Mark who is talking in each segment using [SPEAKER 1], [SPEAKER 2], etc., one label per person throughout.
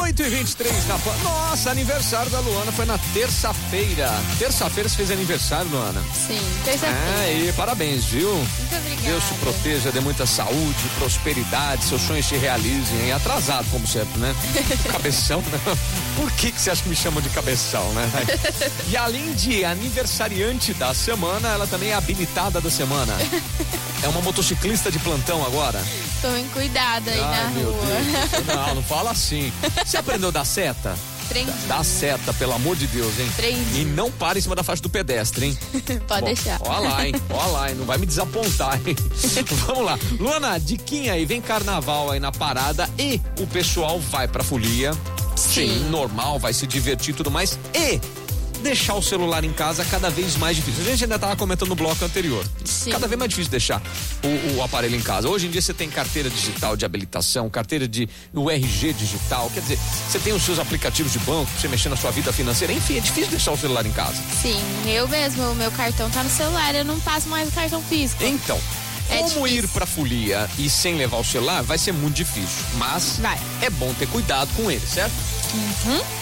[SPEAKER 1] 23, rapaz. Nossa, aniversário da Luana foi na terça-feira. Terça-feira você fez aniversário, Luana.
[SPEAKER 2] Sim, terça-feira.
[SPEAKER 1] É, e parabéns, viu?
[SPEAKER 2] Muito obrigada.
[SPEAKER 1] Deus te proteja, dê muita saúde, prosperidade, seus sonhos se realizem. hein? Atrasado, como sempre, né? Cabeção, né? Por que, que você acha que me chamam de cabeção, né? E além de aniversariante da semana, ela também é habilitada da semana. É uma motociclista de plantão agora.
[SPEAKER 2] Tô em cuidado aí na rua.
[SPEAKER 1] Deus. Não, não fala assim. Você aprendeu a dar seta?
[SPEAKER 2] Aprendi.
[SPEAKER 1] Dá seta, pelo amor de Deus, hein?
[SPEAKER 2] Aprendi.
[SPEAKER 1] E não para em cima da faixa do pedestre, hein?
[SPEAKER 2] Pode
[SPEAKER 1] Bom,
[SPEAKER 2] deixar.
[SPEAKER 1] Ó lá, hein? Ó lá, hein? Não vai me desapontar, hein? Vamos lá. Luana, diquinha aí. Vem carnaval aí na parada e o pessoal vai pra folia.
[SPEAKER 2] Sim.
[SPEAKER 1] normal, vai se divertir e tudo mais. E deixar o celular em casa é cada vez mais difícil. A gente ainda tava comentando no bloco anterior.
[SPEAKER 2] Sim.
[SPEAKER 1] Cada vez mais difícil deixar o, o aparelho em casa. Hoje em dia você tem carteira digital de habilitação, carteira de o RG digital, quer dizer, você tem os seus aplicativos de banco pra você mexer na sua vida financeira. Enfim, é difícil deixar o celular em casa.
[SPEAKER 2] Sim, eu mesmo, o meu cartão tá no celular, eu não passo mais o cartão físico.
[SPEAKER 1] Então,
[SPEAKER 2] É
[SPEAKER 1] como
[SPEAKER 2] difícil.
[SPEAKER 1] ir pra folia e sem levar o celular vai ser muito difícil. Mas
[SPEAKER 2] Vai. Uhum.
[SPEAKER 1] é bom ter cuidado com ele, certo?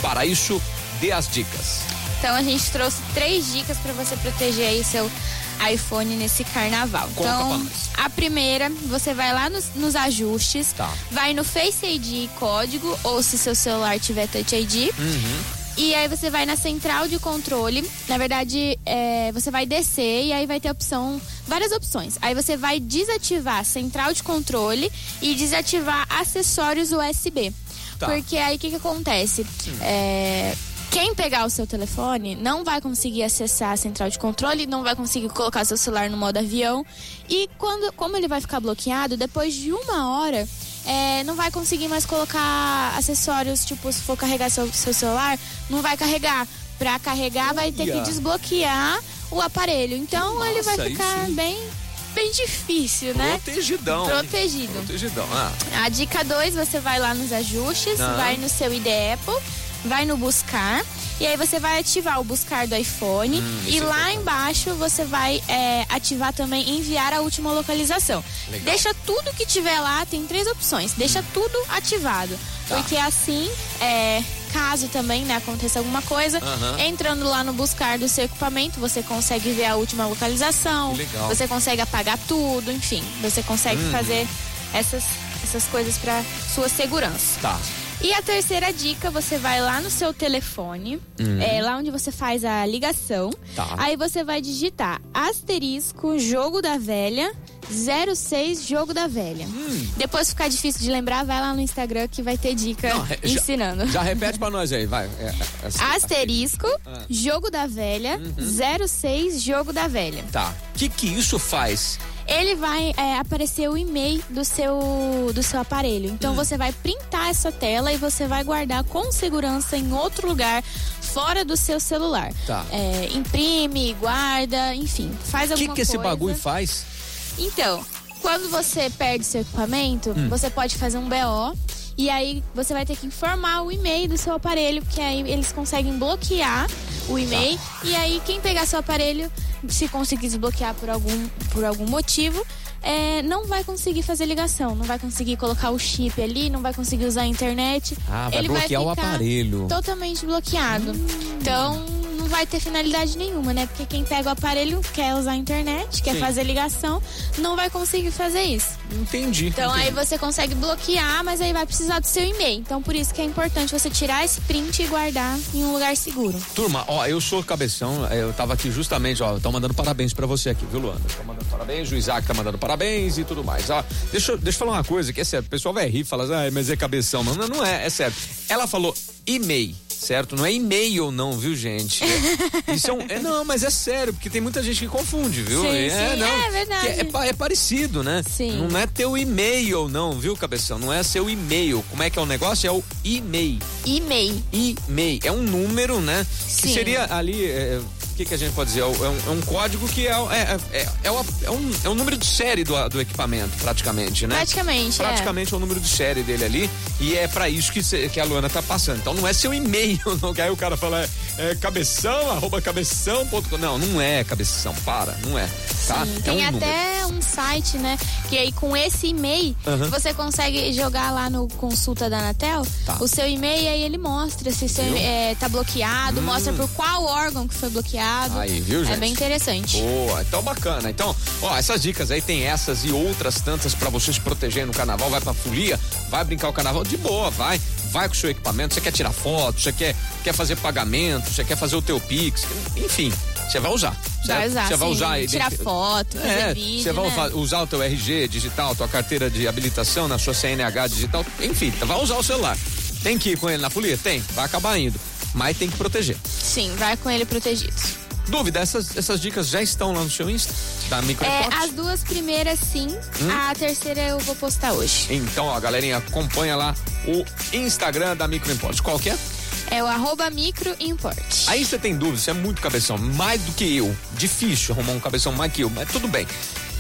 [SPEAKER 1] Para isso, dê as dicas.
[SPEAKER 2] Então a gente trouxe três dicas pra você proteger aí seu iPhone nesse carnaval.
[SPEAKER 1] Conta pra
[SPEAKER 2] então,
[SPEAKER 1] nós.
[SPEAKER 2] a primeira, você vai lá nos, nos ajustes,
[SPEAKER 1] Tá.
[SPEAKER 2] vai no Face ID e código, ou se seu celular tiver Touch ID.
[SPEAKER 1] Uhum.
[SPEAKER 2] E aí você vai na central de controle. Na verdade, é, você vai descer e aí vai ter opção, várias opções. Aí você vai desativar central de controle e desativar acessórios USB.
[SPEAKER 1] Tá.
[SPEAKER 2] Porque aí o que, que acontece? É, quem pegar o seu telefone não vai conseguir acessar a central de controle, não vai conseguir colocar seu celular no modo avião. E quando, como ele vai ficar bloqueado, depois de uma hora, é, não vai conseguir mais colocar acessórios, tipo, se for carregar seu, seu celular, não vai carregar. Pra carregar, vai ter que
[SPEAKER 1] Olha.
[SPEAKER 2] desbloquear o aparelho. Então
[SPEAKER 1] Nossa,
[SPEAKER 2] ele vai
[SPEAKER 1] isso,
[SPEAKER 2] ficar
[SPEAKER 1] hein?
[SPEAKER 2] bem, bem difícil, né?
[SPEAKER 1] Protegidão. hein?
[SPEAKER 2] Protegido.
[SPEAKER 1] Protegidão. Ah,
[SPEAKER 2] A dica 2, você vai lá nos ajustes,
[SPEAKER 1] Ah.
[SPEAKER 2] vai no seu ID Apple, vai no buscar, e aí você vai ativar o buscar do iPhone, e
[SPEAKER 1] isso é
[SPEAKER 2] lá embaixo você vai é, ativar também enviar a última localização.
[SPEAKER 1] Legal. Hum.
[SPEAKER 2] Deixa tudo que tiver lá, tem três opções, deixa tudo ativado,
[SPEAKER 1] Tá.
[SPEAKER 2] porque assim, é, caso também né, aconteça alguma coisa,
[SPEAKER 1] Aham.
[SPEAKER 2] entrando lá no buscar do seu equipamento, você consegue ver a última localização,
[SPEAKER 1] Que legal. Uhum.
[SPEAKER 2] você consegue apagar tudo, enfim, você consegue fazer essas, essas coisas para sua segurança.
[SPEAKER 1] tá.
[SPEAKER 2] E a terceira dica, você vai lá no seu telefone, é lá onde você faz a ligação.
[SPEAKER 1] Uhum. Tá.
[SPEAKER 2] Aí você vai digitar asterisco jogo da velha 06 jogo da velha.
[SPEAKER 1] Hum.
[SPEAKER 2] Depois ficar difícil de lembrar, vai lá no Instagram que vai ter dica
[SPEAKER 1] Não, é, já-
[SPEAKER 2] ensinando.
[SPEAKER 1] Já repete pra nós aí, vai. É, é, assim,
[SPEAKER 2] Asterisco,
[SPEAKER 1] Ah. Uhum.
[SPEAKER 2] jogo da velha, 06 jogo da velha.
[SPEAKER 1] Tá. O que que isso faz?
[SPEAKER 2] Ele vai é, aparecer o e-mail do seu, do seu aparelho. Então você vai printar essa tela e você vai guardar com segurança em outro lugar, fora do seu celular.
[SPEAKER 1] Tá.
[SPEAKER 2] É, imprime, guarda, enfim, faz
[SPEAKER 1] O que
[SPEAKER 2] alguma coisa.
[SPEAKER 1] que esse bagulho faz?
[SPEAKER 2] Então, quando você perde seu equipamento,
[SPEAKER 1] Hum.
[SPEAKER 2] você pode fazer um BO. E aí você vai ter que informar o e-mail do seu aparelho, porque aí eles conseguem bloquear o e-mail.
[SPEAKER 1] Tá.
[SPEAKER 2] E aí quem pegar seu aparelho, se conseguir desbloquear por algum, por algum motivo, é, não vai conseguir fazer ligação, não vai conseguir colocar o chip ali, não vai conseguir usar a internet.
[SPEAKER 1] Ah, vai bloquear o aparelho.
[SPEAKER 2] Totalmente bloqueado. Então não vai ter finalidade nenhuma, né? Porque quem pega o aparelho quer usar a internet, quer
[SPEAKER 1] Sim.
[SPEAKER 2] fazer ligação, não vai conseguir fazer isso.
[SPEAKER 1] Entendi.
[SPEAKER 2] Então
[SPEAKER 1] entendi.
[SPEAKER 2] aí você consegue bloquear, mas aí vai precisar do seu e-mail. Então por isso que é importante você tirar esse print e guardar em um lugar seguro.
[SPEAKER 1] Turma, ó, eu sou cabeção, eu tava aqui justamente, ó, estão mandando parabéns pra você aqui, viu, Luana? Estão mandando parabéns, o Isaac tá mandando parabéns e tudo mais. Ó, deixa, eu- deixa eu falar uma coisa que é certo, o pessoal vai rir e fala, ah, mas é cabeção, mas não, não é, é certo. Ela falou e-mail, certo? Não é e-mail não, viu, gente? É, isso é um, é, não, mas é sério, porque tem muita gente que confunde, viu?
[SPEAKER 2] Sim,
[SPEAKER 1] é,
[SPEAKER 2] sim,
[SPEAKER 1] não,
[SPEAKER 2] é verdade.
[SPEAKER 1] que É, pa- é parecido, né?
[SPEAKER 2] Sim.
[SPEAKER 1] Não é teu e-mail não, viu, cabeção? Não é seu e-mail. Como é que é o negócio? É o e-mail
[SPEAKER 2] E-mail.
[SPEAKER 1] e-mail. É um número, né? Que
[SPEAKER 2] Sim.
[SPEAKER 1] seria ali. é, é, o que, que a gente pode dizer? É um, é um código que é, é, é, é o- é um, é um número de série do, do equipamento, praticamente, né?
[SPEAKER 2] Praticamente, é.
[SPEAKER 1] Praticamente é. o número de série dele ali. E é pra isso que, cê- que a Luana tá passando. Então não é seu e-mail, não. que Aí o cara fala, é, é cabeção, arroba cabeção. ponto com. Não, não é cabeção, para, não é. tá?
[SPEAKER 2] Sim,
[SPEAKER 1] É
[SPEAKER 2] Tem
[SPEAKER 1] um
[SPEAKER 2] até um site, né? Que aí com esse e-mail
[SPEAKER 1] Aham.
[SPEAKER 2] você consegue jogar lá no consulta da Anatel
[SPEAKER 1] Tá.
[SPEAKER 2] o seu e-mail e aí ele mostra se seu, é, tá bloqueado, mostra por qual órgão que foi bloqueado.
[SPEAKER 1] Hum. Aí, viu,
[SPEAKER 2] É
[SPEAKER 1] gente?
[SPEAKER 2] bem interessante.
[SPEAKER 1] Boa, então bacana. Então, ó, essas dicas aí tem essas e outras tantas pra você se proteger no carnaval. Vai pra folia, vai brincar o carnaval de boa, vai. Vai com o seu equipamento, você quer tirar foto, você quer, quer fazer pagamento, você quer fazer o teu Pix, enfim, você vai usar.
[SPEAKER 2] Vai
[SPEAKER 1] certo?
[SPEAKER 2] usar,
[SPEAKER 1] Você vai
[SPEAKER 2] sim,
[SPEAKER 1] usar.
[SPEAKER 2] tirar
[SPEAKER 1] identifi-
[SPEAKER 2] foto, fazer
[SPEAKER 1] É,
[SPEAKER 2] vídeo,
[SPEAKER 1] você vai
[SPEAKER 2] né?
[SPEAKER 1] ufa- usar o teu RG digital, tua carteira de habilitação, na sua CNH digital, enfim, vai usar o celular. Tem que ir com ele na folia? Tem, vai acabar indo, mas tem que proteger.
[SPEAKER 2] Sim, vai com ele protegido.
[SPEAKER 1] Dúvida, essas, essas dicas já estão lá no seu Insta? Da Micro
[SPEAKER 2] É,
[SPEAKER 1] Report?
[SPEAKER 2] as duas primeiras sim,
[SPEAKER 1] Hum?
[SPEAKER 2] a terceira eu vou postar hoje.
[SPEAKER 1] Então, ó, galerinha, acompanha lá o Instagram da Micro Import. Qual que é?
[SPEAKER 2] É o arroba microimport.
[SPEAKER 1] Aí você tem dúvida, você é muito cabeção, mais do que eu. Difícil arrumar um cabeção mais que eu, mas tudo bem.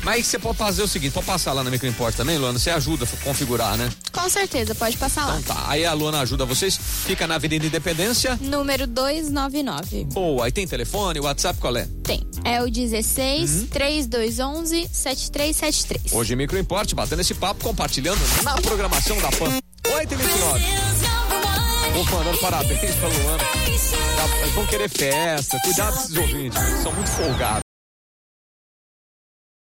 [SPEAKER 1] Mas você pode fazer o seguinte, pode passar lá na Micro Import também, Luana, você ajuda a configurar, né?
[SPEAKER 2] Com certeza, pode passar lá.
[SPEAKER 1] Então tá, aí a Luana ajuda vocês, fica na Avenida Independência.
[SPEAKER 2] Número 299.
[SPEAKER 1] Boa, aí tem telefone, WhatsApp, qual é?
[SPEAKER 2] Tem. É o 16 3211 7373.
[SPEAKER 1] Hoje Micro Import, batendo esse papo, compartilhando na programação da PAN. 8 e 29. Ô, mano, parabéns pra Luana. Tá, Eles vão querer festa, cuidado desses ouvintes, eles são muito folgados.